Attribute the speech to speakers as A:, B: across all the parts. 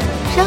A: 活，生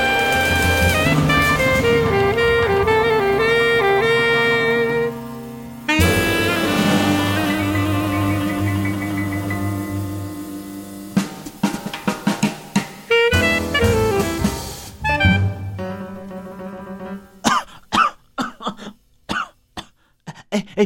B: 哎哎，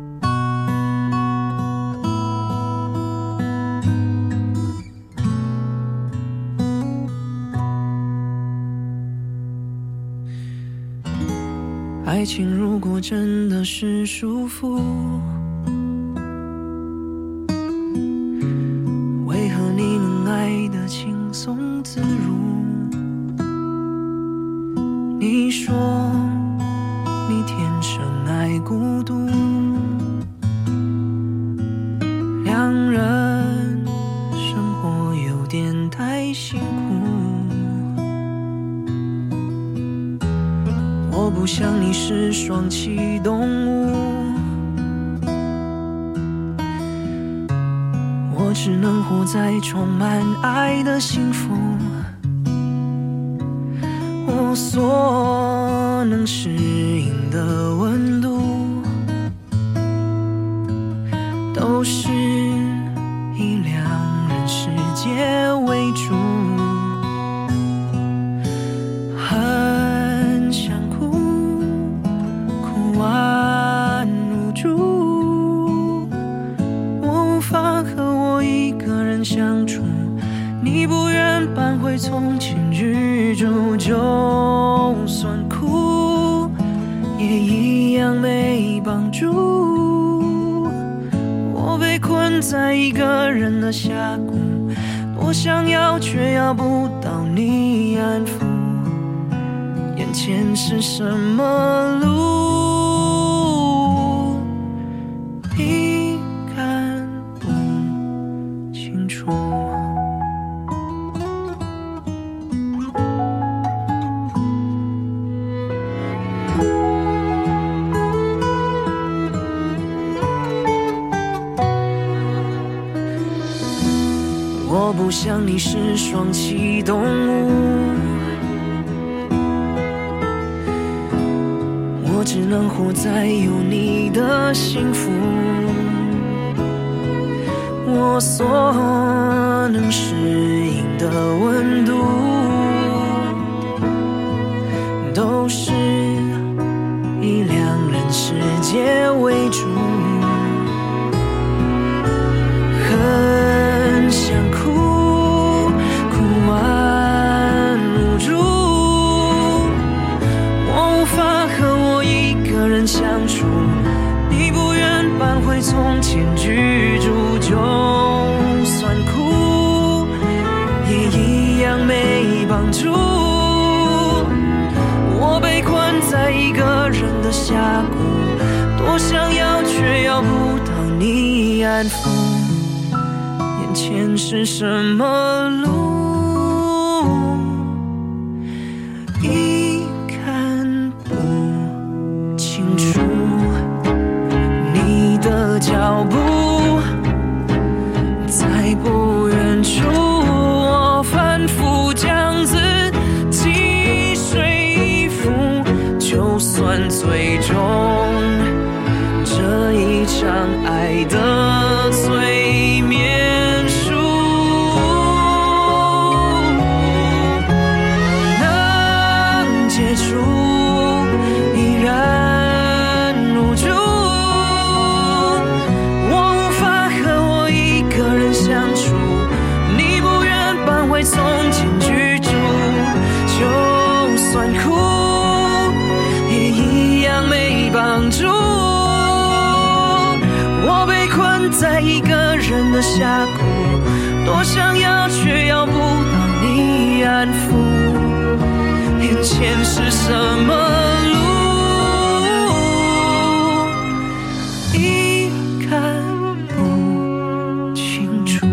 C: 爱情如果真的是束缚，为何你能爱得轻松自如？你说你天生爱孤独，两人生活有点太辛苦。我不想你是双栖动物，我只能活在充满爱的幸福。我所能适应的温度，都是以两人世界为主。很想哭，哭完无助，我无法和我一个人相处，你不愿搬回从前居住，就算哭，也一样没帮助。我被困在一个人的峡谷，多想要却要不到你安抚，眼前是什么路？已看不清楚。我不想你是双栖动物，我只能活在有你的幸福。我所能适应的温度，都是以两人世界为主。很想哭，哭完无助，我无法和我一个人相处。你不愿搬回从前居住，就算哭，也一样没帮助。我被困在一个人的峡谷，多想要却要不到你安抚。眼前是什么路，已看不清楚。你的脚步在不远处，我反复将自己说服，就算最终这一场爱的催眠术，能解除，依然无助。我无法和我一个人相处，你不愿搬回从前居住，就算哭，也一样没帮助。我被困在一个人的峡谷，多想要却要不到你安抚，眼前是什么路，已看不清楚。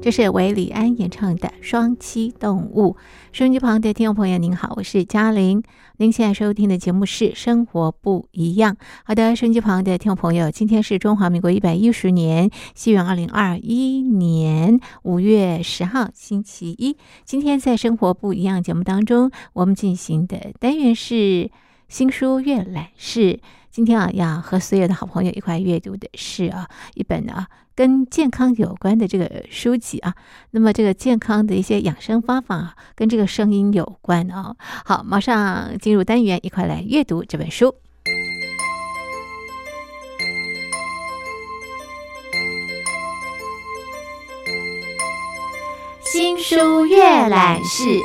A: 这是韦礼安演唱的《双栖动物》。收音机旁的听众朋友，您好，我是嘉玲。您现在收听的节目是《生活不一样》。好的，收音机旁的听众朋友，今天是中华民国一百一十年，西元二零二一年五月十号，星期一。今天在《生活不一样》节目当中，我们进行的单元是新书阅览室。今天啊，要和所有的好朋友一块阅读的是啊，一本啊跟健康有关的这个书籍啊。那么这个健康的一些养生方法、啊、跟这个声音有关哦。好，马上进入单元，一块来阅读这本书。
D: 新书阅览室。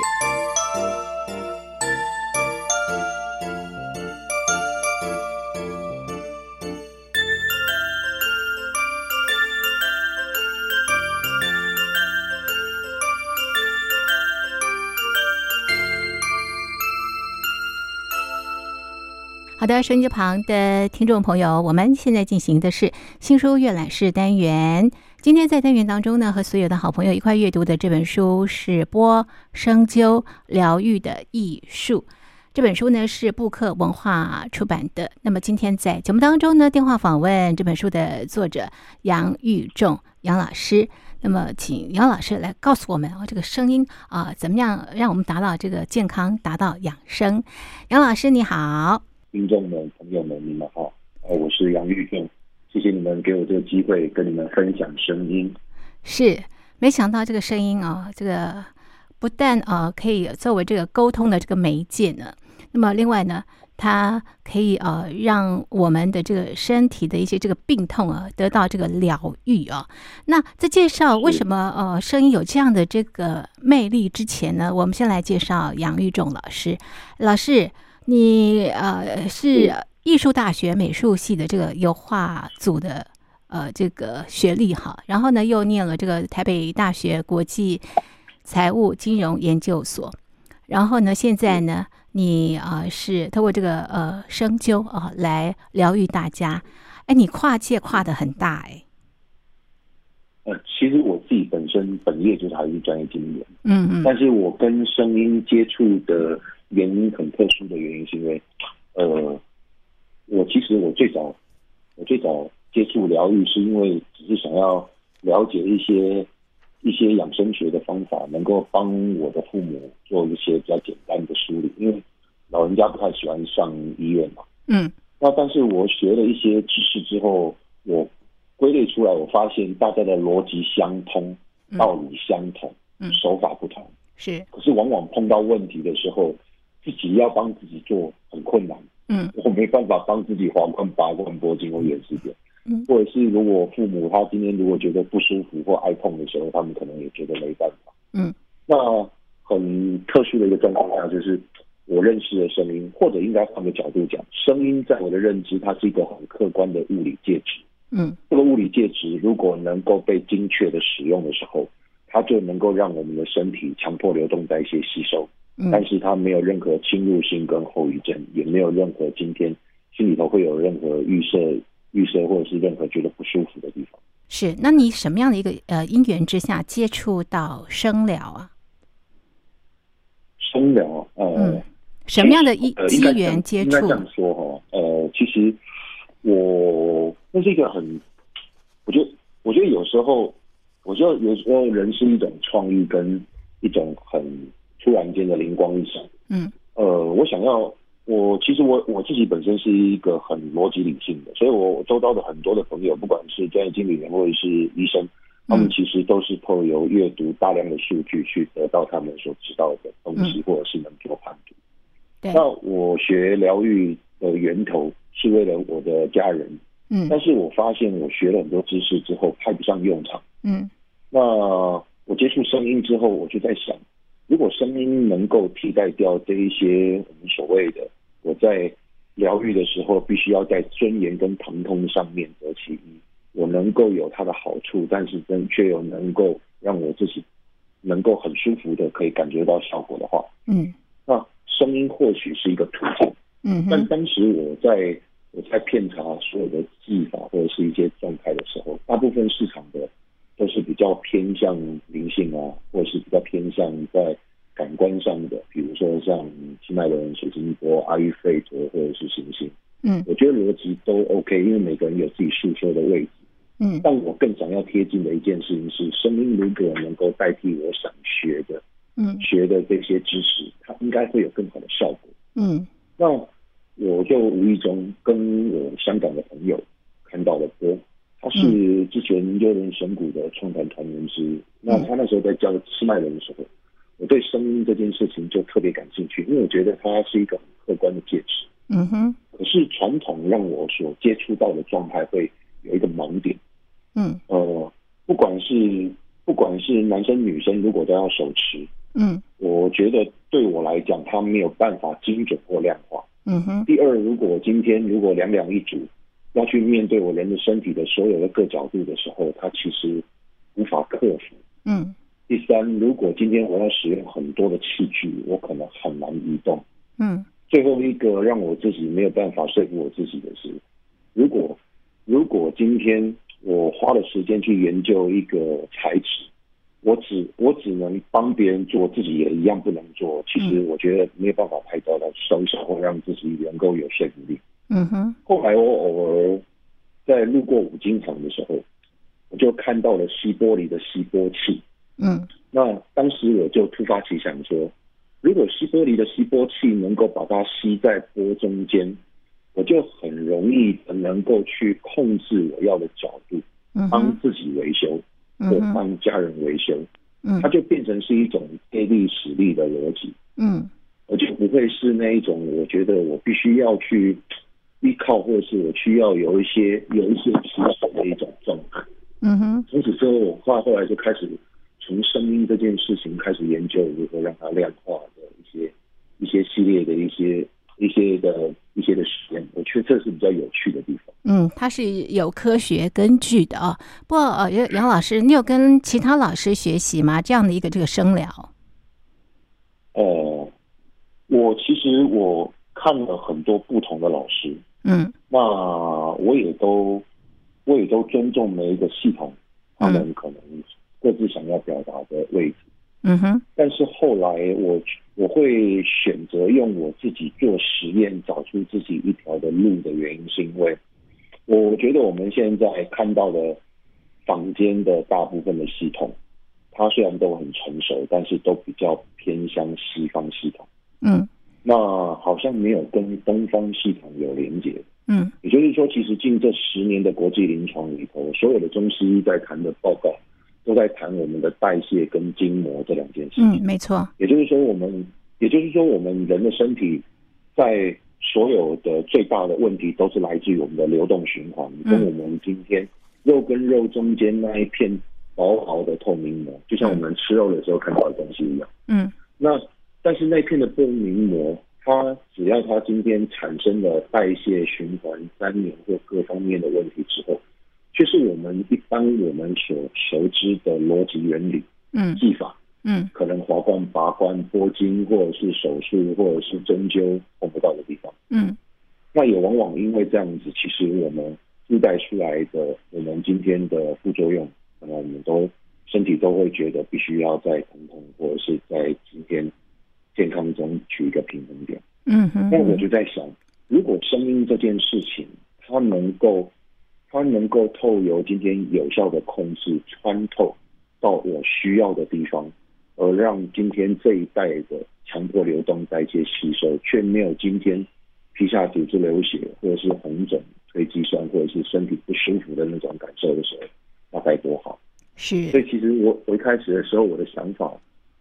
A: 好的，收音机旁的听众朋友，我们现在进行的是新书阅览室单元。今天在单元当中呢，和所有的好朋友一块阅读的这本书是《波生灸疗愈的艺术》。这本书呢是布克文化出版的。那么今天在节目当中呢，电话访问这本书的作者杨玉仲杨老师。那么请杨老师来告诉我们哦，这个声音啊、怎么样让我们达到这个健康，达到养生？杨老师你好。
E: 听众们、朋友们，你们好，呃，我是杨玉仲，谢谢你们给我这个机会跟你们分享声音。
A: 是，没想到这个声音啊、这个不但呃可以作为这个沟通的这个媒介呢，那么另外呢，它可以呃让我们的这个身体的一些这个病痛啊得到这个疗愈啊。那在介绍为什么呃声音有这样的这个魅力之前呢，我们先来介绍杨玉仲老师。老师，你呃是艺术大学美术系的这个油画组的呃这个学历哈，然后呢又念了这个台北大学国际财务金融研究所，然后呢现在呢你呃是透过这个呃深究啊、来疗愈大家，哎你跨界跨的很大哎，
E: 呃，其实我自己本身本业就是还是专业经理人，
A: 嗯嗯
E: 但是我跟声音接触的原因很特殊的原因，是因为，呃，我其实我最早我最早接触疗愈，是因为只是想要了解一些一些养生学的方法，能够帮我的父母做一些比较简单的梳理，因为老人家不太喜欢上医院嘛。
A: 嗯
E: 那但是我学了一些知识之后，我归类出来，我发现大家的逻辑相通，
A: 嗯
E: 道理相同，
A: 嗯
E: 手法不同。
A: 是
E: 可是往往碰到问题的时候，自己要帮自己做很困难。
A: 嗯
E: 我没办法帮自己皇冠八冠铂金或远视点，
A: 嗯
E: 或者是如果父母他今天如果觉得不舒服或爱痛的时候，他们可能也觉得没办法。
A: 嗯，
E: 那很特殊的一个状况下，就是我认识的声音，或者应该换个角度讲，声音在我的认知，它是一个很客观的物理介质。
A: 嗯
E: 这个物理介质如果能够被精确的使用的时候，它就能够让我们的身体强迫流动在一些吸收。但
A: 嗯
E: 是它没有任何侵入性跟后遗症，也没有任何今天心里头会有任何预设、预设或者是任何觉得不舒服的地方。
A: 是，那你什么样的一个呃因缘之下接触到生疗啊？
E: 生疗，呃，
A: 嗯什么样的一
E: 呃应
A: 机
E: 该这样
A: 缘接
E: 应该
A: 触
E: 这？样说哈，呃，其实我那是一个很，我觉得，我觉得有时候，我觉得有时候人是一种创意跟一种很突然间的灵光一闪。
A: 嗯
E: 呃，我想要，我其实我我自己本身是一个很逻辑理性的，所以我我周遭的很多的朋友，不管是专业经理人或者是医生，他们
A: 嗯
E: 其实都是透由阅读大量的数据去得到他们所知道的东西，或者是能做判断。
A: 嗯对
E: 那我学疗愈的源头是为了我的家人，
A: 嗯
E: 但是我发现我学了很多知识之后派不上用场。
A: 嗯
E: 那我接触声音之后，我就在想，如果声音能够替代掉这一些我们所谓的我在疗愈的时候必须要在尊严跟疼痛上面得其一，我能够有它的好处，但是真却又能够让我自己能够很舒服的可以感觉到效果的话，
A: 嗯
E: 那声音或许是一个途径。
A: 嗯
E: 但
A: 哼
E: 当时我在我在遍查所有的技法或者是一些状态的时候，大部分市场的都是比较偏向灵性啊，或者是比较偏向在感官上的，比如说像七脉轮、水晶波、阿育吠陀或者是行星。
A: 嗯
E: 我觉得逻辑都 OK，因为每个人有自己诉求的位置。
A: 嗯
E: 但我更想要贴近的一件事情是，声音如果能够代替我想学的、
A: 嗯
E: 学的这些知识，它应该会有更好的效果。
A: 嗯
E: 那我就无意中跟我香港的朋友看到了波，他是之前幽灵神谷的创团团员之一。那他那时候在教吃麦人的时候，我对声音这件事情就特别感兴趣，因为我觉得它是一个很客观的介质。
A: 嗯哼
E: 可是传统让我所接触到的状态会有一个盲点，
A: 嗯
E: 呃，不管是不管是男生女生，如果都要手持，
A: 嗯
E: 我觉得对我来讲，它没有办法精准或量化。
A: 嗯哼
E: 第二，如果我今天如果两两一组，要去面对我人的身体的所有的各角度的时候，它其实无法克服。
A: 嗯
E: 第三，如果今天我要使用很多的器具，我可能很难移动。
A: 嗯
E: 最后一个让我自己没有办法说服我自己的是，如果如果今天我花了时间去研究一个材质，我只我只能帮别人做，自己也一样不能做。其实我觉得没有办法拍照的，稍稍会让自己能够有说服力。
A: 嗯哼，
E: 后来我偶尔在路过五金厂的时候，我就看到了吸玻璃的吸玻器。
A: 嗯
E: 那当时我就突发奇想说，如果吸玻璃的吸玻器能够把它吸在波中间，我就很容易的能够去控制我要的角度，
A: 嗯
E: 帮
A: 哼，
E: 自己维修
A: 嗯
E: 或
A: 哼，
E: 帮家人维修，
A: 嗯
E: 它就变成是一种借力使力的逻辑，
A: 嗯
E: 我就不会是那一种我觉得我必须要去依靠，或者是我需要有一些有一些需求的一种状态。
A: 嗯哼，
E: 从此之后，我后后来就开始从声音这件事情开始研究如何让它量化的一些一些系列的一些一些的一些的实验，我觉得这是比较有趣的地方。
A: 嗯，它是有科学根据的哦。不过，呃，杨杨老师，你有跟其他老师学习吗？这样的一个这个声疗？
E: 呃，我其实我看了很多不同的老师，
A: 嗯
E: 那我也都我也都尊重每一个系统，他们可能各自想要表达的位置。
A: 嗯哼，
E: 但是后来我我会选择用我自己做实验，找出自己一条的路的原因，是因为我觉得我们现在看到的坊间的大部分的系统，它虽然都很成熟，但是都比较偏向西方系统，
A: 嗯
E: 那好像没有跟东方系统有连接。
A: 嗯
E: 也就是说，其实近这十年的国际临床里头，所有的中西医在谈的报告，都在谈我们的代谢跟筋膜这两件事情。
A: 嗯，没错。
E: 也就是说，我们也就是说，我们人的身体在所有的最大的问题都是来自于我们的流动循环，
A: 嗯
E: 跟我们今天肉跟肉中间那一片薄薄的透明膜，就像我们吃肉的时候看到的东西一样。
A: 嗯
E: 那但是那片的透明膜，它只要它今天产生了代谢循环、粘连或各方面的问题之后，就是我们一般我们所熟知的逻辑原理
A: 嗯
E: 技法。
A: 嗯
E: 可能滑罐、拔罐、拨筋，或者是手术，或者是针灸碰不到的地方。
A: 嗯
E: 那也往往因为这样子，其实我们自带出来的，我们今天的副作用，可能我们都身体都会觉得必须要在疼痛，或者是在今天健康中取一个平衡点。
A: 嗯哼，
E: 那我就在想，如果声音这件事情，它能够，它能够透由今天有效的控制穿透到我需要的地方，而让今天这一代的强迫流动代谢吸收，却没有今天皮下组织流血或者是红肿、推肌酸或者是身体不舒服的那种感受的时候，那该多好！所
A: 是
E: 以其实我我一开始的时候，我的想法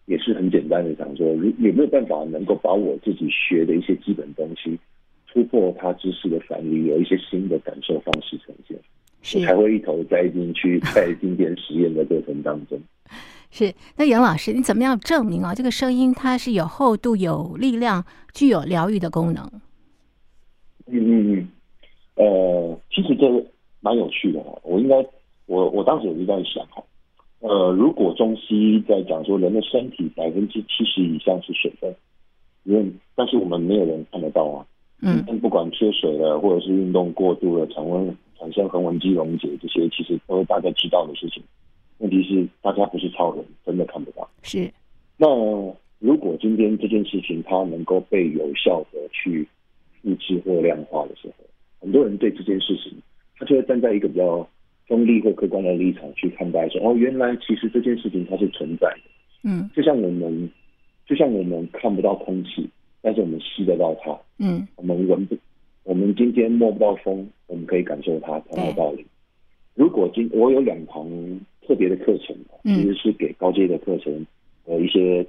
E: 也是很简单的，想说如有没有办法能够把我自己学的一些基本东西，突破它知识的樊篱，有一些新的感受方式呈现，
A: 是
E: 才会一头栽进去，在今天实验的过程当中。
A: 是。那杨老师，你怎么样证明啊？这个声音它是有厚度、有力量、具有疗愈的功能？
E: 嗯嗯嗯，呃，其实这蛮有趣的哈。我应该，我我当时也是这样想哈。呃，如果中西医在讲说人的身体百分之七十以上是水分，因为但是我们没有人看得到啊。
A: 嗯
E: 但不管缺水了，或者是运动过度了，产温产生横纹肌溶解这些，其实都是大家知道的事情。问题是大家不是超人，真的看不到。
A: 是
E: 那如果今天这件事情它能够被有效的去复制或量化的时候，很多人对这件事情，他就会站在一个比较中立或客观的立场去看待说，哦，原来其实这件事情它是存在的。
A: 嗯
E: 就像我们，就像我们看不到空气，但是我们吸得到它；
A: 嗯
E: 我们闻不，我们今天摸不到风，我们可以感受它，同样的道理。如果今我有两堂特别的课程，
A: 嗯
E: 其实是给高阶的课程，呃，一些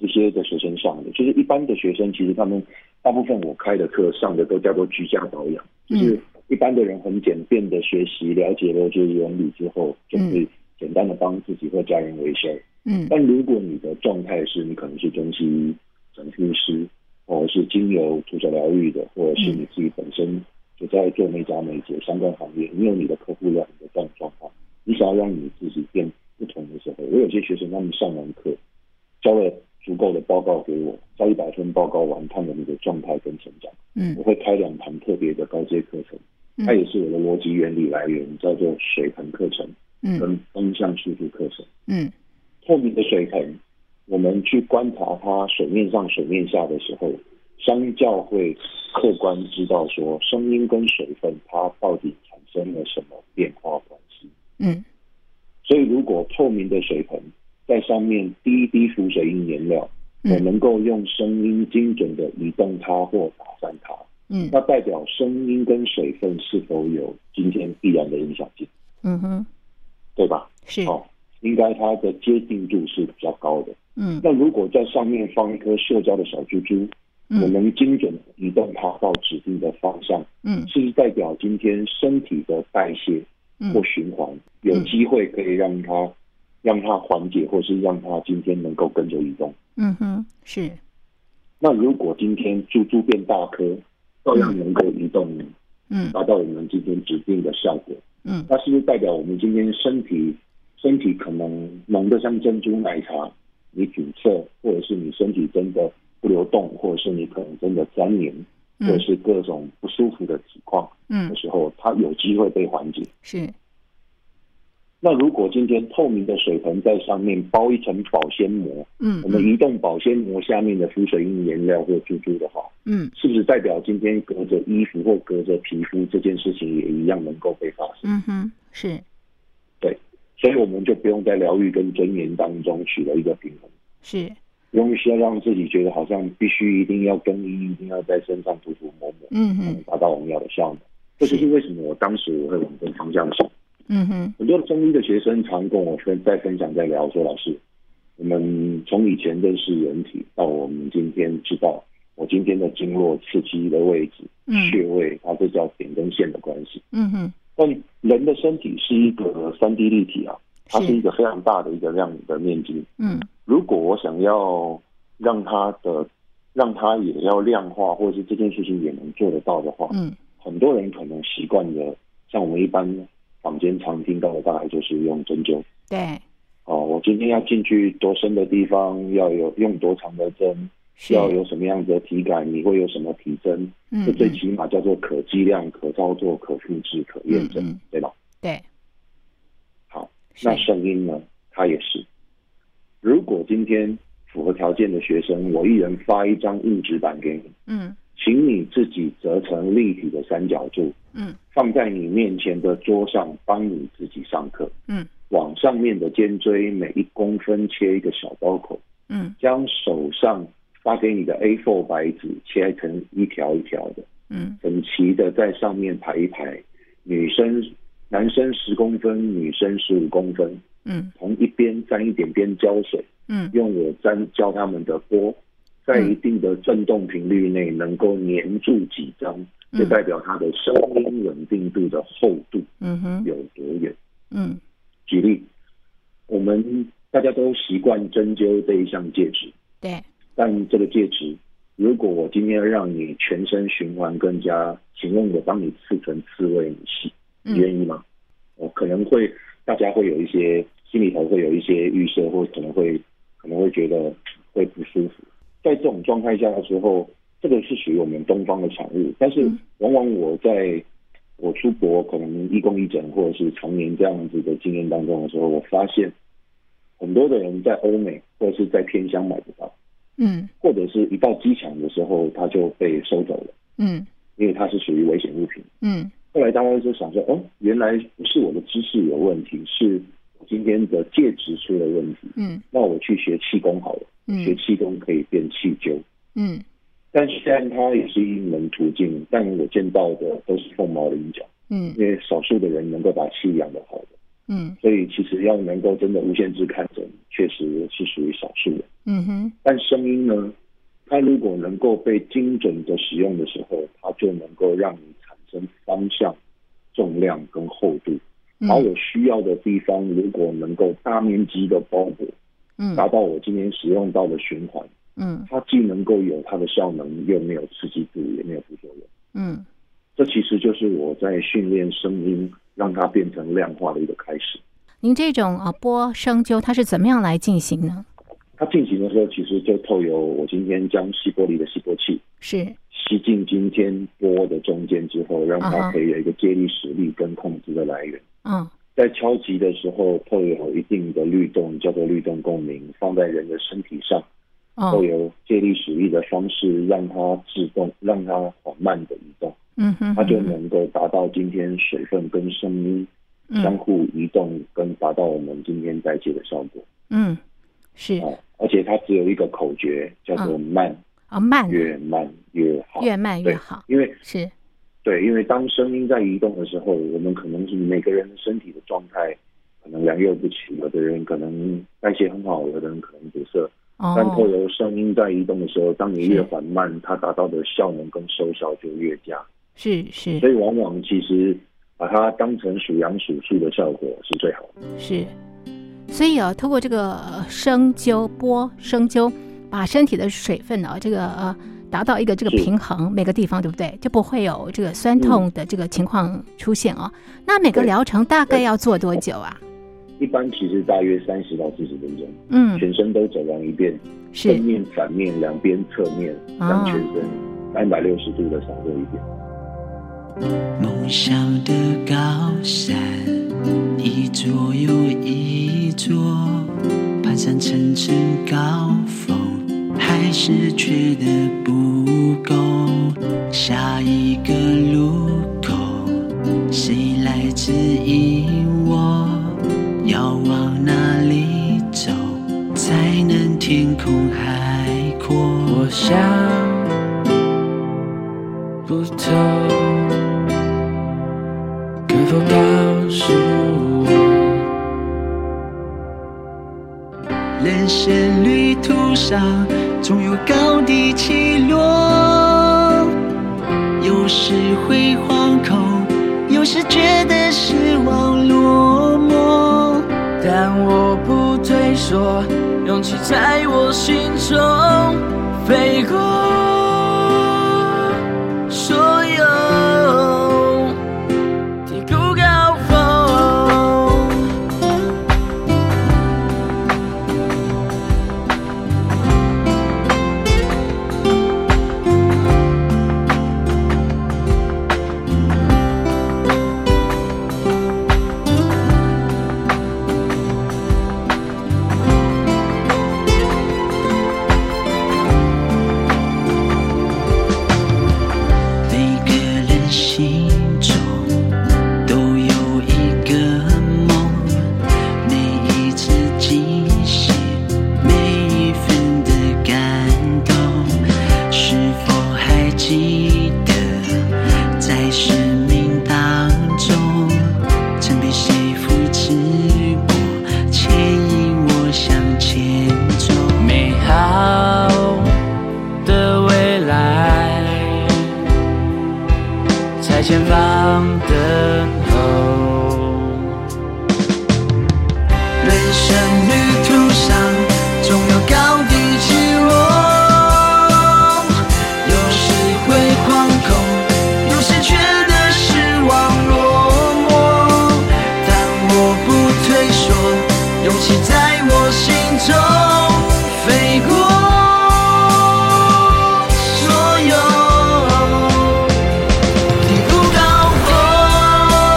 E: 一些的学生上的，就是一般的学生，其实他们大部分我开的课上的都叫做居家保养，
A: 嗯
E: 就是一般的人很简便的学习了解了解原理之后，就可以简单的帮自己或家人维修。
A: 嗯
E: 但如果你的状态是你可能是中西医整复师，或者是精油涂手疗愈的，或者是你自己本身就在做美甲美睫相关行业，你有你的客户量你的这样状况，你想要让你自己变不同的时候，我有些学生他们上完课交了足够的报告给我，交一百分报告完，看了你的状态跟成长，
A: 嗯
E: 我会开两堂特别的高阶课程，
A: 嗯
E: 它也是我的逻辑原理来源，叫做水盆课程
A: 嗯
E: 跟风向速度课程。
A: 嗯
E: 透明的水盆，我们去观察它水面上、水面下的时候，相较会客观知道说声音跟水分它到底产生了什么变化关系。
A: 嗯
E: 所以，如果透明的水盆在上面滴一滴浮水印颜料，我
A: 嗯
E: 能够用声音精准的移动它或打散它，
A: 嗯
E: 那代表声音跟水分是否有今天必然的影响性，
A: 嗯哼，
E: 对吧？
A: 是，
E: 哦，应该它的接近度是比较高的。
A: 嗯
E: 那如果在上面放一颗塑胶的小珠珠，我
A: 嗯
E: 能精准移动它到指定的方向，
A: 嗯
E: 是不是代表今天身体的代谢或
A: 嗯
E: 循环有机会可以让它让它缓解，或是让它今天能够跟着移动？
A: 嗯哼，是，
E: 那如果今天珠珠变大颗，照样能够移动，
A: 嗯
E: 达到我们今天指定的效果，
A: 嗯
E: 那是不是代表我们今天身体身体可能浓得像珍珠奶茶，你阻塞，或者是你身体真的不流动，或者是你可能真的粘连，或者
A: 嗯
E: 是各种不舒服的情况的
A: 嗯
E: 时候，它有机会被缓解。
A: 是，
E: 那如果今天透明的水盆在上面包一层保鲜膜，
A: 嗯
E: 我们移动保鲜膜下面的浮水印颜料或珠珠的话，
A: 嗯
E: 是不是代表今天隔着衣服或隔着皮肤这件事情也一样能够被发生？
A: 嗯哼，是
E: 所以我们就不用在疗愈跟尊严当中取得一个平衡，
A: 是，
E: 不用需要让自己觉得好像必须一定要更衣，一定要在身上涂涂抹抹，
A: 嗯
E: 才能
A: 哼
E: 达到我们要的效能。这就是为什么我当时我会往这个方向走。
A: 嗯哼
E: 很多中医的学生常跟我分在分享在聊说，老师，我们从以前认识人体到我们今天知道，我今天的经络刺激的位置、
A: 嗯
E: 穴位，它这叫点跟线的关系。
A: 嗯哼
E: 但人的身体是一个三 D 立体啊，它是一个非常大的一个量的面积。
A: 嗯
E: 如果我想要让它的让它也要量化，或者是这件事情也能做得到的话，
A: 嗯
E: 很多人可能习惯的，像我们一般坊间常听到的，大概就是用针灸。
A: 对
E: 哦，我今天要进去多深的地方，要有用多长的针，
A: 是，
E: 要有什么样子的体感，你会有什么体征，
A: 嗯
E: 这最
A: 嗯
E: 起码叫做可计量、可操作、可复制、可验证，
A: 嗯嗯
E: 对吧？
A: 对
E: 好，
A: 是
E: 那声音呢？它也是。如果今天符合条件的学生，我一人发一张硬纸板给你，
A: 嗯
E: 请你自己折成立体的三角柱，
A: 嗯
E: 放在你面前的桌上，帮你自己上课。
A: 嗯
E: 往上面的尖锥每一公分切一个小刀口，
A: 嗯
E: 将手上发给你的 A4 白纸切成一条一条的，
A: 嗯
E: 整齐的在上面排一排，女生、男生十公分，女生十五公分，
A: 嗯
E: 从一边沾一点边胶水，
A: 嗯
E: 用我沾教他们的波，在一定的振动频率内能够粘住几张，
A: 嗯
E: 就代表它的声音稳定度的厚度
A: 嗯哼
E: 有多远。
A: 嗯
E: 举例，我们大家都习惯针灸这一项戒指，
A: 对
E: 但这个戒指，如果我今天让你全身循环更加，请问我帮你刺成刺猬，你是
A: 嗯
E: 你愿意吗？我、可能会大家会有一些心里头会有一些预设，或可能会可能会觉得会不舒服。在这种状态下的时候，这个是属于我们东方的产物，但是
A: 嗯
E: 往往我在我出国可能一公一整或者是常年这样子的经验当中的时候，我发现很多的人在欧美或者是在偏乡买不到。
A: 嗯
E: 或者是一到机场的时候，它就被收走了，
A: 嗯
E: 因为它是属于危险物品。
A: 嗯
E: 后来大家就想说，哦，原来不是我的知识有问题，是我今天的戒指出了问题。
A: 嗯
E: 那我去学气功好了，
A: 嗯
E: 学气功可以变气灸。
A: 嗯
E: 但虽然它也是一门途径，但我见到的都是凤毛麟角，
A: 嗯
E: 因为少数的人能够把气养得好的，
A: 嗯
E: 所以其实要能够真的无限制看诊，确实是属于少数人。
A: 嗯哼
E: 但声音呢，它如果能够被精准的使用的时候，它就能够让你产生方向、重量跟厚度。把我需要的地方，如果能够大面积的包裹，
A: 嗯
E: 达到我今天使用到的循环，
A: 嗯
E: 它既能够有它的效能，又没有刺激度，也没有副作用。
A: 嗯
E: 这其实就是我在训练声音，让它变成量化的一个开始。
A: 您这种啊波声灸它是怎么样来进行呢？
E: 它进行的时候，其实就透由我今天将吸玻璃的吸波器
A: 是
E: 吸吸进今天波的中间之后，让
A: 嗯
E: 它
A: 哼
E: 可以有一个接力实力跟控制的来源。
A: 嗯
E: 在敲击的时候，会有一定的律动，叫做律动共鸣，放在人的身体上，
A: 哦
E: 会，有借力使力的方式，让它制动，让它缓慢的移动，
A: 嗯哼，
E: 它就能够达到今天水分跟声音相
A: 嗯
E: 互移动，跟达到我们今天代谢的效果
A: 嗯是
E: 啊。而且它只有一个口诀，叫做慢，
A: 啊，慢
E: 越慢越好，
A: 越慢越
E: 对
A: 好，
E: 因为
A: 是
E: 对，因为当声音在移动的时候，我们可能是每个人身体的状态可能良莠不齐，有的人可能代谢很好，有的人可能堵塞。
A: 哦
E: 但透由声音在移动的时候，当你
A: 是
E: 越缓慢，它达到的效能跟收效就越佳。
A: 是是
E: 所以往往其实把它当成数羊数数的效果是最好的。
A: 是，所以啊，透过这个呃生灸波生灸，把身体的水分啊，这个呃达到一个这个
E: 是
A: 平衡，每个地方对不对？就不会有这个酸痛的这个情况出现哦。那每个
E: 对
A: 疗程大概
E: 对
A: 要做多久啊？
E: 一般其实大约三十到四十分钟，
A: 嗯，
E: 全身都走完一遍，
A: 是
E: 正面、反面、两边、侧面，让全身
A: 哦
E: 三百六十度的扫过一遍。
C: 梦想的高山，一座又一座，攀上层层高峰，还是觉得不够。下一个路口，谁来指引我？要往哪里走，才能天空海阔？我想不透。可否告诉我，人生旅途上总有高低起落，有时会惶恐，有时觉得失望落寞，但我不退缩，勇气在我心中飞过。所有。低谷高峰。每个人心中都有一个梦，每一次惊喜，每一份的感动，是否还记得在生命当中曾被谁扶持过，牵引我向前走？美好的未来。在前方等候。人生旅途上，总有高低起落，有时会惶恐，有时觉得失望落寞，但我不退缩，勇气在我心中飞过。所有。低谷高峰，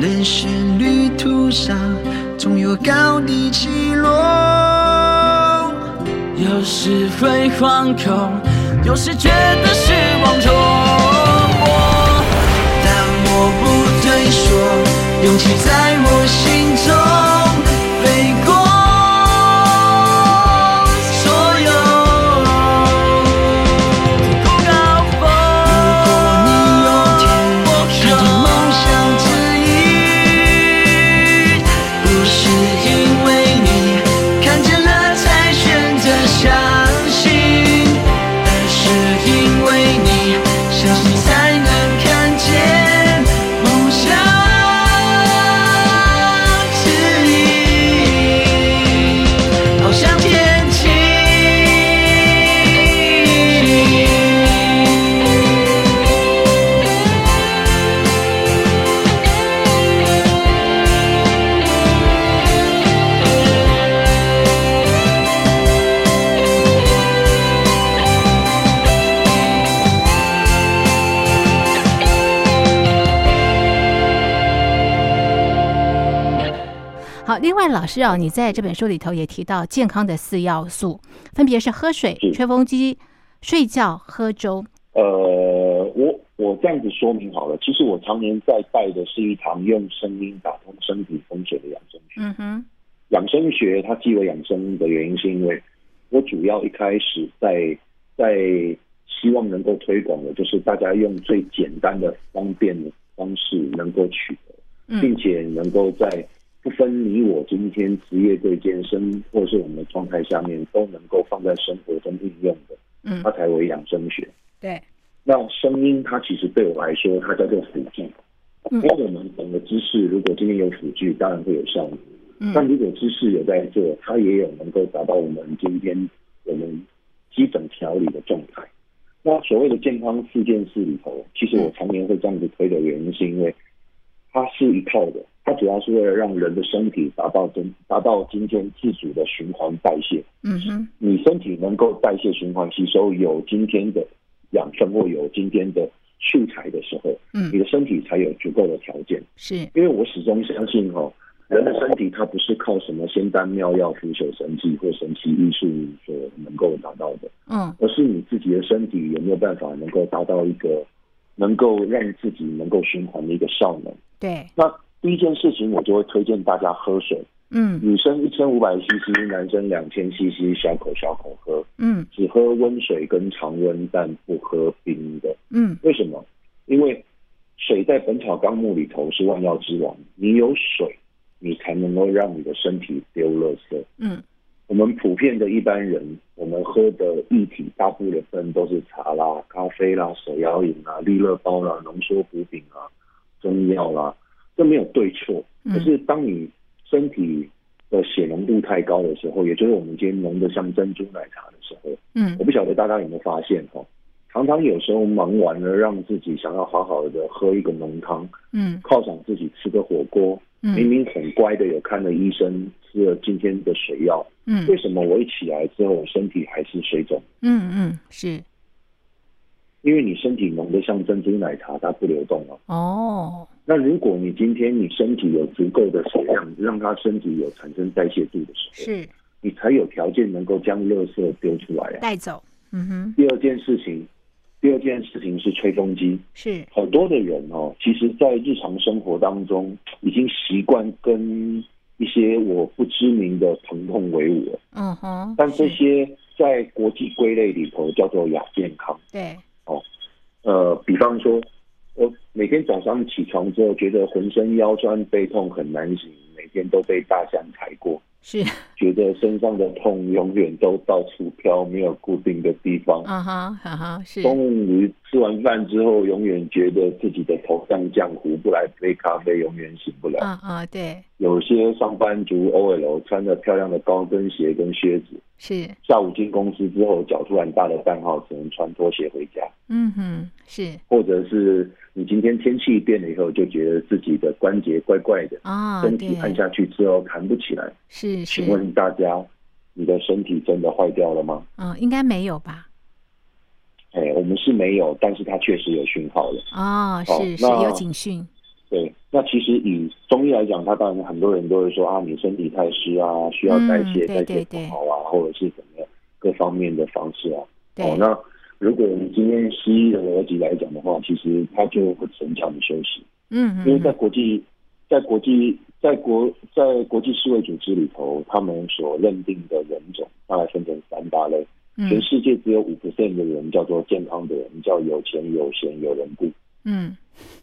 C: 人生旅途上总有高低起落，有时会惶恐，有时觉得失望落寞，但我不退缩，勇气在我心中飞过。所有低谷高峰如果你有天看见梦想指引，不是因为你看见了才选择相信，而是因为你相信才能看见梦想。
A: 外，老师啊，你在这本书里头也提到健康的四要素，分别是喝水、
E: 是
A: 吹风机、睡觉、喝粥。
E: 呃，我我这样子说明好了，其实我常年在带的是一堂用声音打通身体风水的养生学。
A: 嗯哼，
E: 养生学它既有养生的原因，是因为我主要一开始在在希望能够推广的，就是大家用最简单的方便的方式能够取得，
A: 嗯
E: 并且能够在不分你我今天职业贵健身或是我们的状态下面，都能够放在生活中应用的，
A: 嗯
E: 它才为养生学。
A: 对，
E: 那声音它其实对我来说，它叫做辅助。
A: 嗯
E: 因为我们懂的知识，如果今天有辅助，当然会有效率。但
A: 嗯
E: 如果知识有在做，它也有能够达到我们今天我们基本调理的状态。那所谓的健康四件事里头，其实
A: 嗯
E: 我常年会这样子推的原因，是因为它是一套的，它主要是为了让人的身体达到真达到今天自主的循环代谢。
A: 嗯哼，
E: 你身体能够代谢循环吸收有今天的养分或有今天的素材的时候，
A: 嗯
E: 你的身体才有足够的条件。
A: 是，
E: 因为我始终相信哦，人的身体它不是靠什么仙丹妙药、腐朽神技或神奇艺术所能够达到的，
A: 嗯
E: 而是你自己的身体有没有办法能够达到一个能够让自己能够循环的一个效能。
A: 对，
E: 那第一件事情，我就会推荐大家喝水，
A: 嗯
E: 女生一千五百 CC，男生两千 CC，小口小口喝，
A: 嗯
E: 只喝温水跟常温，但不喝冰的。
A: 嗯
E: 为什么？因为水在《本草纲目》里头是万药之王，你有水，你才能够让你的身体丢垃圾。
A: 嗯
E: 我们普遍的一般人，我们喝的液体大部分都是茶啦、咖啡啦、手摇饮啦、利乐包啦、浓缩补品啦、中药啦，这没有对错。
A: 嗯
E: 可是当你身体的血浓度太高的时候，也就是我们今天浓的像珍珠奶茶的时候，
A: 嗯
E: 我不晓得大家有没有发现哦，常常有时候忙完了，让自己想要好好的喝一个浓汤，
A: 嗯
E: 犒赏自己吃个火锅。明
A: 嗯
E: 明很乖的，有看了医生，吃了今天的水药，
A: 嗯
E: 为什么我一起来之后，我身体还是水肿？
A: 嗯嗯是，
E: 因为你身体浓得像珍珠奶茶，它不流动啊。
A: 哦，
E: 那如果你今天你身体有足够的水量，让它身体有产生代谢度的时候，
A: 是
E: 你才有条件能够将垃圾丢出来啊。
A: 带走，嗯哼，
E: 第二件事情，第二件事情是吹风机。
A: 是，
E: 很多的人哦，其实，在日常生活当中，已经习惯跟一些我不知名的疼痛为伍了。
A: 嗯哼，
E: 但这
A: 是
E: 些在国际归类里头叫做亚健康。
A: 对，
E: 呃，比方说，我每天早上起床之后，觉得浑身腰酸背痛很难行，每天都被大象踩过，
A: 是，
E: 觉得身上的痛永远都到处飘，没有固定的地方。
A: 啊哈，哈哈，是，
E: 中午吃完饭之后，永远觉得自己的头像浆糊，不来杯咖啡永远醒不来。
A: 啊啊，对，
E: 有些上班族 OL 穿着漂亮的高跟鞋跟靴子，
A: 是，
E: 下午进公司之后脚突然大了半号，只能穿拖鞋回家。
A: 嗯哼，是
E: 或者是你今天天气变了以后，就觉得自己的关节怪怪的，
A: 啊，
E: 身体
A: 对，
E: 按下去之后弹不起来。
A: 是是
E: 请，问大家，你的身体真的坏掉了吗？
A: 嗯，应该没有吧？
E: 哎，我们是没有，但是它确实有讯号了。
A: 哦，
E: 好
A: 是是有
E: 那
A: 警讯，
E: 对，那其实以中医来讲，它当然很多人都会说啊，你身体太湿啊，需要代谢，
A: 嗯对
E: 代
A: 对
E: 谢
A: 对
E: 不好啊，或者是怎么样各方面的方式啊。
A: 对，
E: 哦，那如果你今天西医的逻辑来讲的话，其实它就很勉强的休息，
A: 嗯
E: 因为
A: 嗯
E: 在
A: 嗯，
E: 国际，在国际，在国在国际世卫组织里头，他们所认定的人种大概分成三大类，全
A: 嗯
E: 世界只有五 percent 的人叫做健康的人，叫有钱有闲有人顾。
A: 嗯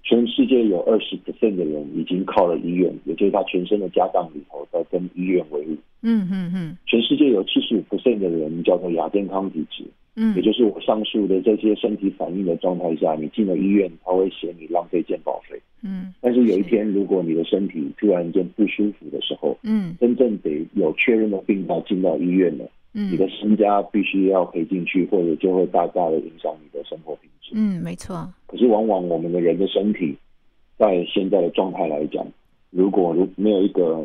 E: 全世界有二十 percent 的人已经靠了医院，也就是他全身的家当里头在跟医院为伍。
A: 嗯嗯嗯
E: 全世界有七十五 percent 的人叫做亚健康体质，也
A: 嗯，
E: 就是我上述的这些身体反应的状态下，你进了医院，他会嫌你浪费健保费。
A: 嗯
E: 但是有一天，如果你的身体突然间不舒服的时候，
A: 嗯
E: 真正得有确认的病要进到医院了，你的
A: 嗯
E: 身家必须要赔进去，或者就会大大的影响你的生活品质。
A: 嗯，没错，
E: 可是往往我们的人的身体，在现在的状态来讲，如果如没有一个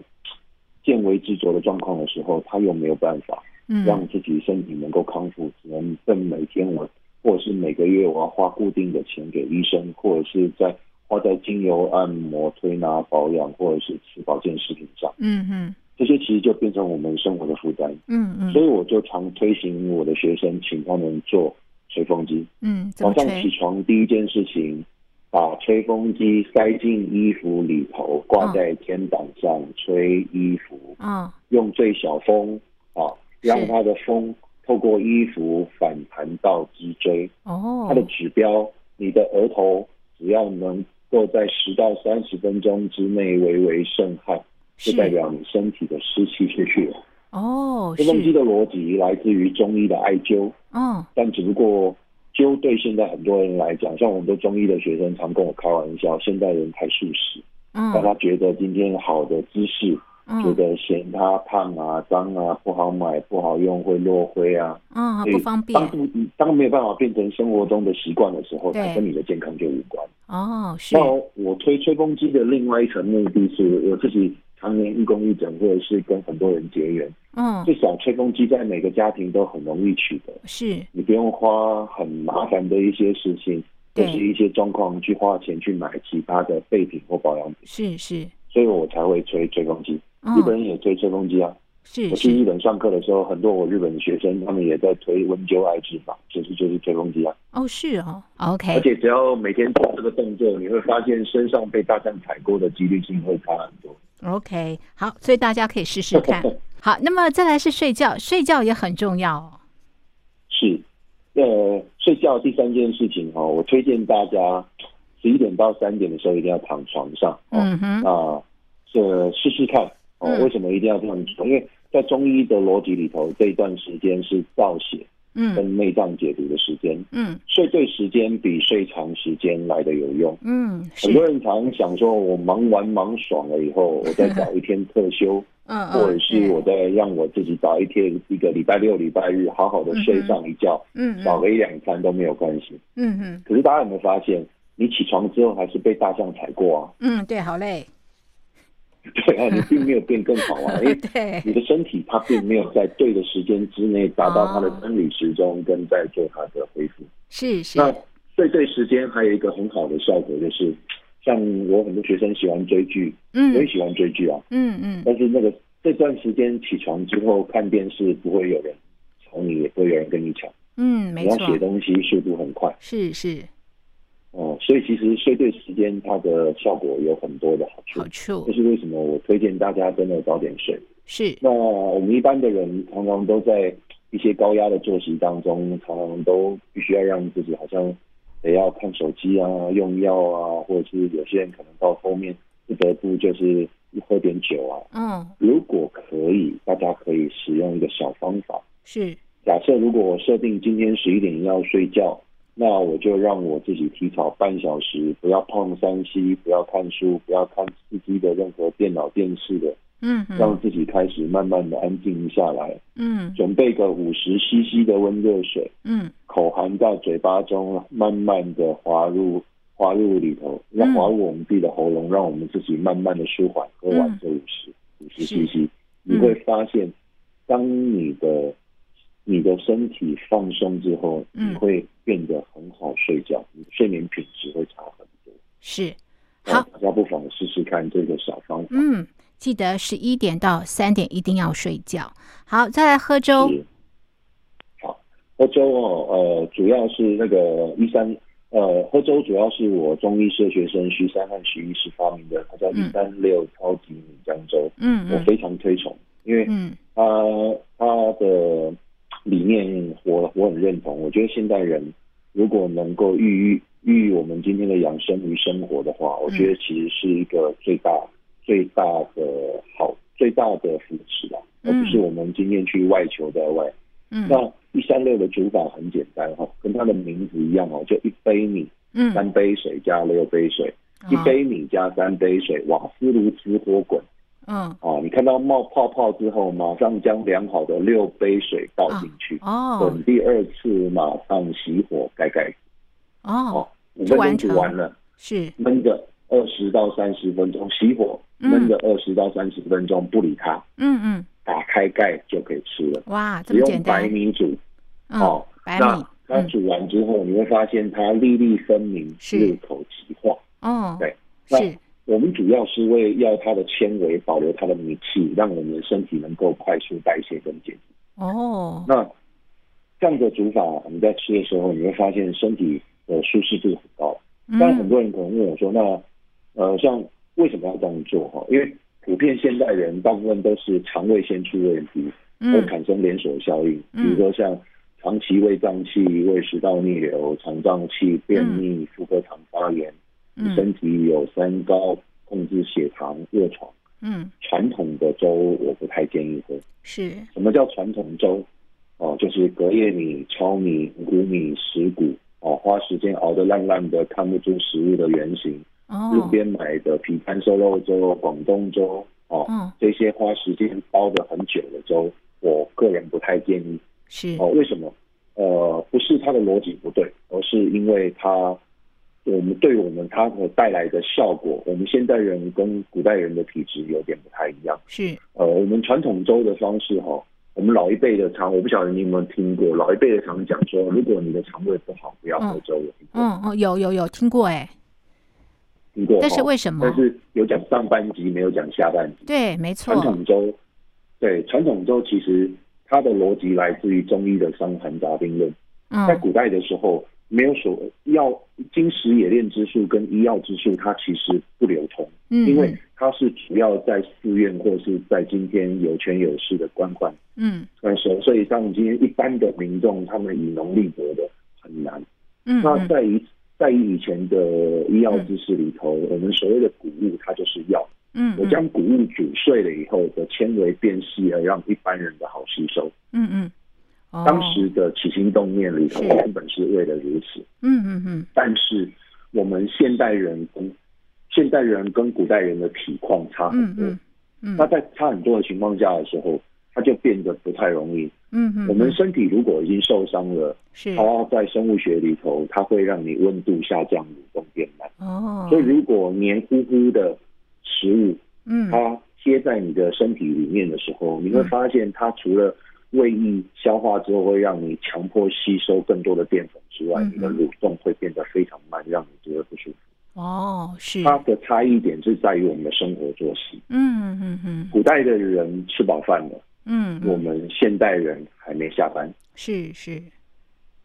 E: 见微知著的状况的时候，他又没有办法
A: 嗯
E: 让自己身体能够康复，只能更每天我或者是每个月我要花固定的钱给医生，或者是在花在精油、按摩、推拿、保养，或者是吃保健食品上。
A: 嗯嗯
E: 这些其实就变成我们生活的负担。
A: 嗯嗯
E: 所以我就常推行我的学生，请他们做吹风机。
A: 嗯，怎
E: 早
A: 么
E: 上
A: 吹
E: 起？床第一件事情，把吹风机塞进衣服里头，挂在天板上吹衣服，
A: 哦，
E: 用最小风啊，让它的风透过衣服反弹到脊椎。
A: 哦，
E: 它的指标，你的额头只要能够在十到三十分钟之内微微渗汗，就是代表你身体的湿气出去了。
A: 哦，
E: 吹风机
A: 是
E: 的逻辑来自于中医的艾灸，
A: 哦，
E: 但只不过灸对现在很多人来讲，像我们的中医的学生常跟我开玩笑，现代人太素食，让
A: 嗯
E: 他觉得今天好的姿势，觉
A: 嗯
E: 得嫌它胖啊、脏啊、不好买、不好用、会落灰啊，
A: 嗯，
E: 所以
A: 不方便
E: 当不当没有办法变成生活中的习惯的时候，
A: 对
E: 它跟你的健康就无关。
A: 哦，是
E: 那我推吹风机的另外一层目的是，我自己常年义工义诊，或者是跟很多人结缘。
A: 嗯
E: 至少吹风机在每个家庭都很容易取得，
A: 是
E: 你不用花很麻烦的一些事情，或
A: 对
E: 是一些状况去花钱去买其他的备品或保养品，
A: 是是，
E: 所以我才会吹吹风机。
A: 嗯
E: 日本人也吹吹风机啊，
A: 是
E: 我去日
A: 是
E: 本上课的时候，很多我日本的学生他们也在推温灸艾灸法，就是就是吹风机啊。
A: 哦是哦
E: 而
A: ，OK，
E: 且只要每天做这个动作，你会发现身上被大象踩过的几率性会差很多。
A: OK，好，所以大家可以试试 看。好，那么再来是睡觉，睡觉也很重要哦。
E: 是，呃，睡觉第三件事情哈、哦，我推荐大家十一点到三点的时候一定要躺床上。哦、
A: 嗯哼，
E: 那这试试看哦，
A: 嗯
E: 为什么一定要这样做？因为在中医的逻辑里头，这一段时间是造血
A: 嗯
E: 跟内脏解毒的时间，
A: 嗯
E: 睡对时间比睡长时间来的有用。
A: 嗯，是
E: 很，多人常想说，我忙完忙爽了以后，我再找一天特休，
A: 嗯嗯，
E: 或者是
A: 对
E: 我再让我自己找一天一个礼拜六、礼拜日好好的睡上一觉，
A: 嗯
E: 少
A: 嗯
E: 个一两餐都没有关系。
A: 嗯嗯
E: 可是大家有没有发现，你起床之后还是被大象踩过啊？
A: 嗯，对，好嘞，
E: 对啊，你并没有变更好 啊，因为
A: 对，
E: 你的身体它并没有在对的时间之内达到它的
A: 哦
E: 生理时钟，跟在做它的恢复。
A: 是是，
E: 那睡对时间还有一个很好的效果就是，像我很多学生喜欢追剧，
A: 嗯
E: 我也喜欢追剧啊，
A: 嗯嗯，
E: 但是那个这段时间起床之后看电视不会有人吵你，也不会有人跟你抢，
A: 嗯，没
E: 你要
A: 错
E: 写，东西速度很快。
A: 是是，
E: 哦，所以其实睡对时间，它的效果有很多的好处
A: 好。处
E: 这是为什么我推荐大家真的早点睡。
A: 是，
E: 那我们一般的人常常都在一些高压的作息当中，常常都必须要让自己好像得要看手机啊、用药啊，或者是有些人可能到后面不得不就是喝点酒啊。
A: 嗯
E: 如果可以，大家可以使用一个小方法，
A: 是，
E: 假设如果我设定今天十一点要睡觉，那我就让我自己提早半小时，不要碰三 C，不要看书，不要看刺激的任何电脑、电视的，
A: 嗯
E: 让
A: 嗯
E: 自己开始慢慢的安静下来，
A: 嗯
E: 准备个五十 CC 的温热水，
A: 嗯
E: 口含到嘴巴中，慢慢的滑入滑入里头，
A: 嗯
E: 让滑入我们自己的喉咙，让我们自己慢慢的舒缓，喝完这五十五十
A: 是嗯
E: CC，你会发现，当你的你的身体放松之后，
A: 嗯
E: 你会变得很好睡觉，你的睡眠品质会差很多。
A: 是，
E: 那
A: 好，
E: 大家不妨试试看这个小方法。
A: 嗯，记得十一点到三点一定要睡觉。好，再来喝粥，
E: 是好，喝粥哦，呃，主要是那个一三，呃，喝粥主要是我中医社学生徐三和徐医师发明的，它叫一
A: 嗯
E: 三六超级米浆粥，
A: 嗯
E: 我
A: 嗯
E: 非常推崇，因为
A: 嗯
E: 它它的理念我我很认同，我觉得现代人如果能够寓意寓意我们今天的养生与生活的
A: 嗯
E: 话，我觉得其实是一个最大最大的好最大的扶持吧，而不是我们今天去外求在外。
A: 嗯
E: 那一三六的煮法很简单哈、哦，跟它的名字一样哦，就一杯米、
A: 嗯，哦
E: 三杯水加六杯水，一杯米加三杯水，瓦斯炉直火滚
A: 嗯
E: 啊！你看到冒泡泡之后，马上将量好的六杯水倒进去，
A: 哦
E: 滚第二次，马上熄火盖盖
A: 哦
E: 哦，五分钟
A: 完成
E: 煮完了，
A: 是
E: 焖个二十到三十分钟，熄火
A: 嗯
E: 焖个二十到三十分钟，不理它，
A: 嗯嗯
E: 打开盖就可以吃了，
A: 哇哦这么
E: 只用
A: 简单
E: 白米煮。
A: 嗯
E: 哦
A: 白
E: 那
A: 米
E: 它
A: 嗯
E: 煮完之后，你会发现它粒粒分明，
A: 是
E: 入口即化。
A: 哦
E: 对那
A: 是
E: 我们主要是为要它的纤维保留它的米气，让我们的身体能够快速代谢跟解毒。
A: 哦，
E: 那这样的煮法，你在吃的时候，你会发现身体的舒适度很高。但很
A: 嗯
E: 多人可能问我说，那呃，像为什么要这样做哈？因为普遍现代人大部分都是肠胃先出问题，会
A: 嗯
E: 产生连锁效应，比
A: 嗯
E: 如说像长期胃胀气、胃食道逆流、肠胀气、便秘、妇科肠发炎，
A: 嗯
E: 身体有三高、控制血糖、卧床。
A: 嗯，
E: 传统的粥我不太建议喝。
A: 是，
E: 什么叫传统粥？哦，就是隔夜米、糙米、五谷米、石谷，哦，花时间熬得烂烂的，看不出食物的原型。路
A: 哦，
E: 边买的皮蛋瘦肉粥、广东粥，哦，
A: 嗯
E: 这些花时间煲的很久的粥，我个人不太建议。
A: 是，
E: 哦，为什么？呃，不是它的逻辑不对，而是因为它我们对我们它所带来的效果，我们现代人跟古代人的体质有点不太一样。
A: 是，
E: 呃，我们传统粥的方式哈、我们老一辈的常，我不晓得你有没有听过，老一辈的常讲说，如果你的肠胃不好，不要喝粥。有听过
A: 嗯嗯，有有有听过哎，
E: 听过。
A: 但是
E: 哈
A: 为什么
E: 哦但是有讲上半集，没有讲下半集。
A: 对，没错
E: 传，统粥，对传统粥其实它的逻辑来自于中医的伤寒杂病论。在
A: 嗯
E: 古代的时候，没有所药经史冶炼之术跟医药之术，它其实不流通，
A: 嗯，
E: 因为它是主要在寺院或是在今天有权有势的官宦
A: 嗯
E: 那时呃候，所以当今天一般的民众，他们以农立国的很难。
A: 嗯
E: 那
A: 嗯
E: 在于在于以前的医药知识里头，我们所谓的谷物，它就是药。
A: 嗯，
E: 我将谷物煮碎了以后的纤维变细，而让一般人的好吸收。
A: 嗯嗯，哦
E: 当时的起心动念里头，
A: 是
E: 原本是为了如此，
A: 嗯嗯嗯
E: 但是我们现代人跟现代人跟古代人的体况差很
A: 嗯
E: 多。
A: 嗯嗯，
E: 那在差很多的情况下的时候，它就变得不太容易。
A: 嗯嗯，
E: 我们啊身体如果已经受伤了，
A: 是
E: 它在生物学里头，它会让你温度下降，蠕动变慢。
A: 哦，
E: 所以如果黏糊糊的食物，
A: 嗯
E: 它贴在你的身体里面的时候，你会发现它除了胃液消化之后会让你强迫吸收更多的淀粉之外，
A: 嗯
E: 你的蠕动会变得非常慢，让你觉得不舒服。
A: 哦是，
E: 它的差异点是在于我们的生活作息。
A: 嗯嗯嗯
E: 古代的人吃饱饭了，
A: 嗯，
E: 我们现代人还没下班。
A: 是是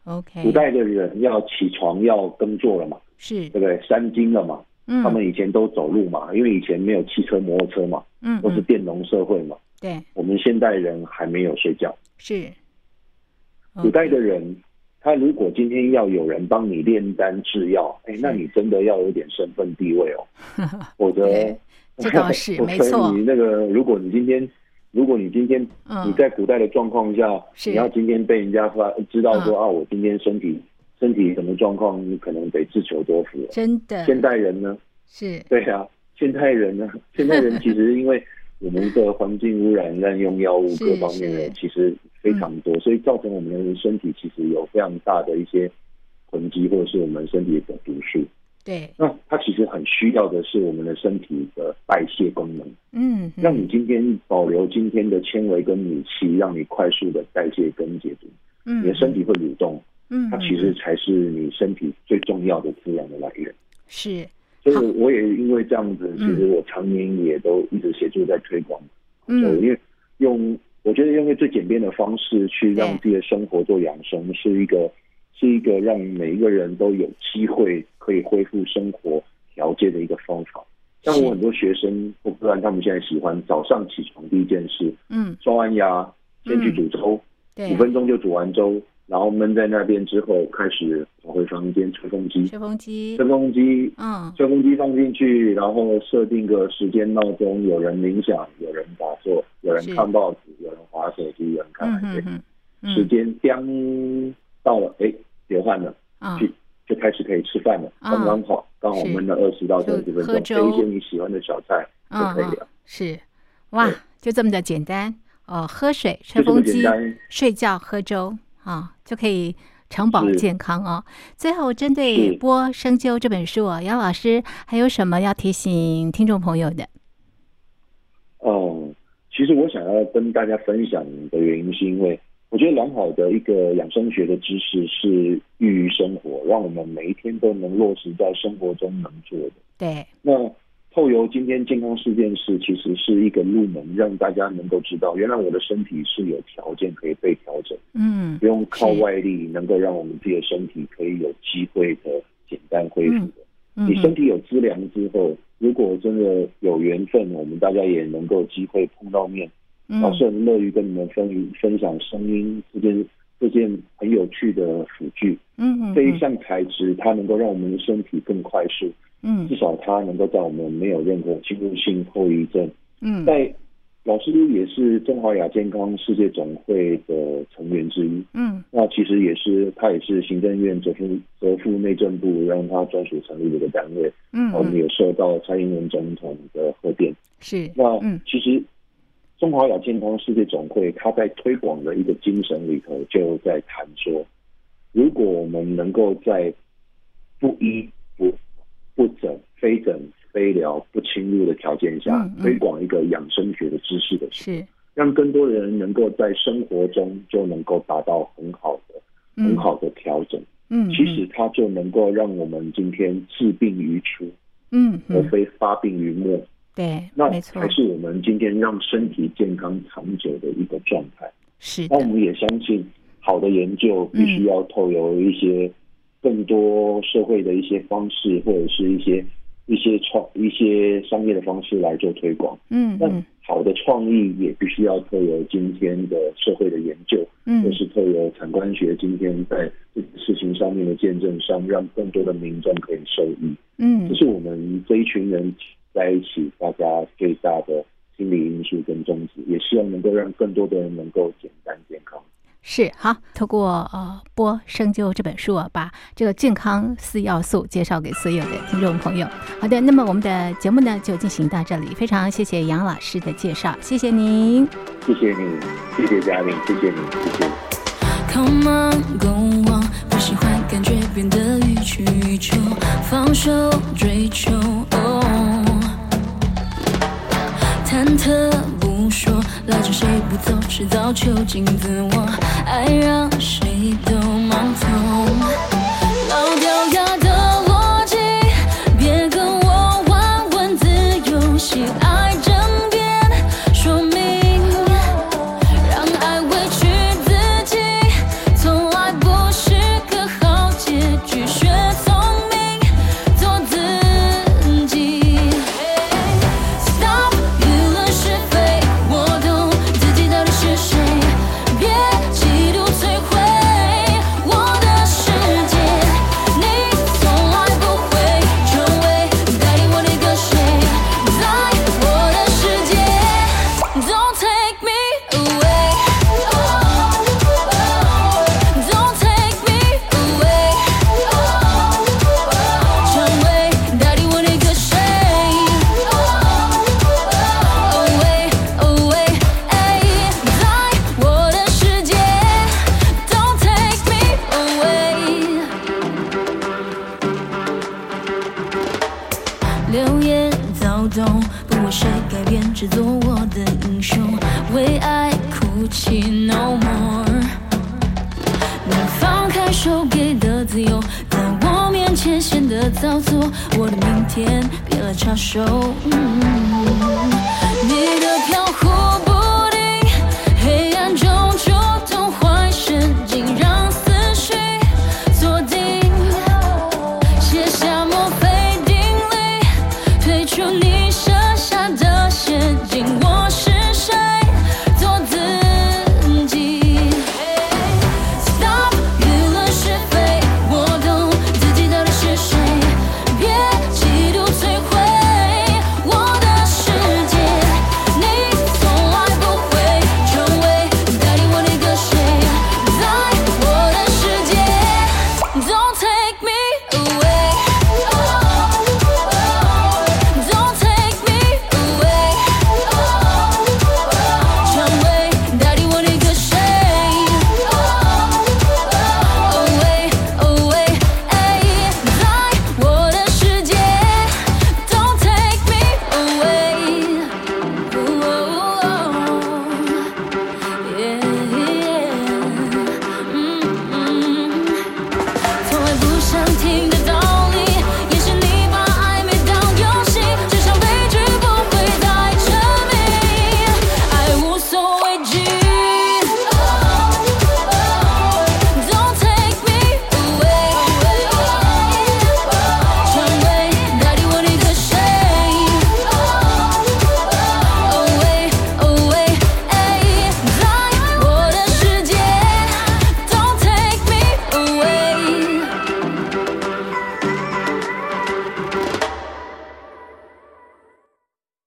A: ，OK，
E: 古代的人要起床要耕作了嘛，
A: 是
E: 对，不对？三经了嘛，
A: 嗯，
E: 他们以前都走路嘛，因为以前没有汽车、摩托车嘛，
A: 嗯
E: 都是
A: 嗯
E: 佃农社会嘛。
A: 对
E: 我们现代人还没有睡觉。
A: 是，哦
E: 古代的人，他如果今天要有人帮你炼丹制药，哎，那你真的要有点身份 地位哦，否则
A: 对哦这倒是
E: 否则
A: 没错
E: 你那个，如果你今天，如果你今天
A: 嗯
E: 你在古代的状况下，
A: 是
E: 你要今天被人家发知道说
A: 嗯
E: 啊，我今天身体身体什么状况，你可能得自求多福了。
A: 真的
E: 现代人呢，
A: 是
E: 对啊，现代人 呢，现代人其实因为我们的环境污染、滥用药物
A: 是
E: 各方
A: 是
E: 面
A: 嗯
E: 的其实非常多，所以造成我们的身体其实有非常大的一些囤积，或者是我们身体的毒素。
A: 对，
E: 那它其实很需要的是我们的身体的代谢功能，
A: 嗯
E: 让你今天保留今天的纤维跟米气，让你快速的代谢跟解毒，
A: 嗯
E: 你的身体会蠕动，
A: 嗯
E: 它其实才是你身体最重要的滋养的来源。
A: 是
E: 所以我也因为这样子，其实我常年也都一直协助在推广，就
A: 嗯嗯
E: 因为用我觉得用一个最简便的方式去让
A: 对
E: 自己的生活做养生，是一个是一个让每一个人都有机会可以恢复生活条件的一个方法。像
A: 是
E: 我很多学生，我不然他们现在喜欢早上起床第一件事，
A: 嗯
E: 刷完牙先去
A: 嗯
E: 煮粥，
A: 对
E: 五分钟就煮完粥，然后闷在那边之后开始跑回房间吹风机，
A: 吹风机
E: 吹风机
A: 嗯
E: 吹风机放进去，然后设定个时间闹钟，有人冥想，有人打坐，有人
A: 是
E: 看报纸，有人划手机，有人看
A: 嗯
E: 海
A: 嗯
E: 鲜。
A: 嗯
E: 时
A: 嗯
E: 间将到了，哎，流汗了，
A: 啊
E: 去就开始可以吃饭了，
A: 啊
E: 刚刚好，刚好
A: 是
E: 焖了二十到三十
A: 就
E: 分钟，
A: 喝粥
E: 配一些你喜欢的小菜就
A: 啊
E: 可以了。
A: 是哇
E: 对，
A: 就这么的简单哦，喝水、吹
E: 就这么
A: 风机
E: 简、单，
A: 睡觉、喝粥啊，就可以长保
E: 是
A: 健康哦。最后，针对《
E: 是
A: 播生灸》这本书哦，姚老师还有什么要提醒听众朋友的？
E: 嗯，其实我想要跟大家分享的原因，是因为我觉得良好的一个养生学的知识是寓于生活，让我们每一天都能落实在生活中能做的。
A: 对，
E: 那后由今天健康事件室其实是一个入门，让大家能够知道，原来我的身体是有条件可以被调整，
A: 嗯
E: 不用靠
A: 是
E: 外力，能够让我们自己的身体可以有机会的简单恢复
A: 嗯
E: 的。
A: 嗯
E: 你身体有资粮之后，如果真的有缘分，我们大家也能够机会碰到面，
A: 嗯
E: 老师很乐于跟你们分分享声音这件这件很有趣的辅具。
A: 嗯
E: 这一项材质，它能够让我们的身体更快速，
A: 嗯
E: 至少它能够在我们没有任何侵入性后遗症。
A: 嗯
E: 在老师也是中华亚健康世界总会的成员之一，
A: 嗯
E: 那其实也是他也是行政院折副折副内政部让他专属成立的一个单位，
A: 嗯
E: 我们
A: 嗯
E: 也受到蔡英文总统的贺电。
A: 是
E: 那
A: 嗯
E: 其实中华亚健康世界总会，它在推广的一个精神里头，就在谈说，如果我们能够在不医不不诊、非诊、非疗、不侵入的条件下，
A: 嗯嗯
E: 推广一个养生学的知识的时候，
A: 是
E: 让更多人能够在生活中就能够达到很好的、
A: 嗯
E: 很好的调整，
A: 嗯
E: 其实它就能够让我们今天治病于出，
A: 嗯
E: 而
A: 嗯
E: 非发病于末。
A: 对
E: 那
A: 没错
E: 才是我们今天让身体健康长久的一个状态。
A: 是
E: 那我
A: 的
E: 们也相信，好的研究必须要透由一些更多社会的一些方式，或者是一些一些创一些商业的方式来做推广。
A: 嗯
E: 那
A: 嗯
E: 好的创意也必须要透由今天的社会的研究，
A: 嗯
E: 或是透由产官学今天在这个事情上面的见证上，让更多的民众可以受益。
A: 嗯
E: 这是我们这一群人在一起，大家最大的心理因素跟宗旨，也希望能够让更多的人能够简单健康。
A: 是好，透过呃《播深究》这本书啊，把这个健康四要素介绍给所有的听众朋友。好的，那么我们的节目呢就进行到这里，非常谢谢杨老师的介绍，谢谢您。
E: 谢谢你，谢谢嘉玲，谢谢你，谢谢你。
F: Come on, go on，不喜欢感觉变得予取予求，放手追求。哦，忐忑不说，拉着谁不走，迟早囚禁自我，爱让谁都盲从。老掉牙的逻辑，别跟我玩文字游戏，爱争辩说明，让爱委屈自己，从来不是个好结局，学聪明，做自己。Stop 舆论是非，我懂自己到底是谁，别嫉妒摧毁我的世界。你从来不会成为代替我那个谁，在我的世界，Don't take me away。Don't take me away。成为代替我那个谁。Away, away, 哎，在我的世界，Don't take me away。流言躁动，不为谁改变，只做我的英雄，为爱哭泣，No more。你放开手给的自由，在我面前显得造作。我的明天别来插手。嗯你的 Oh, oh, Mm, Oh 哎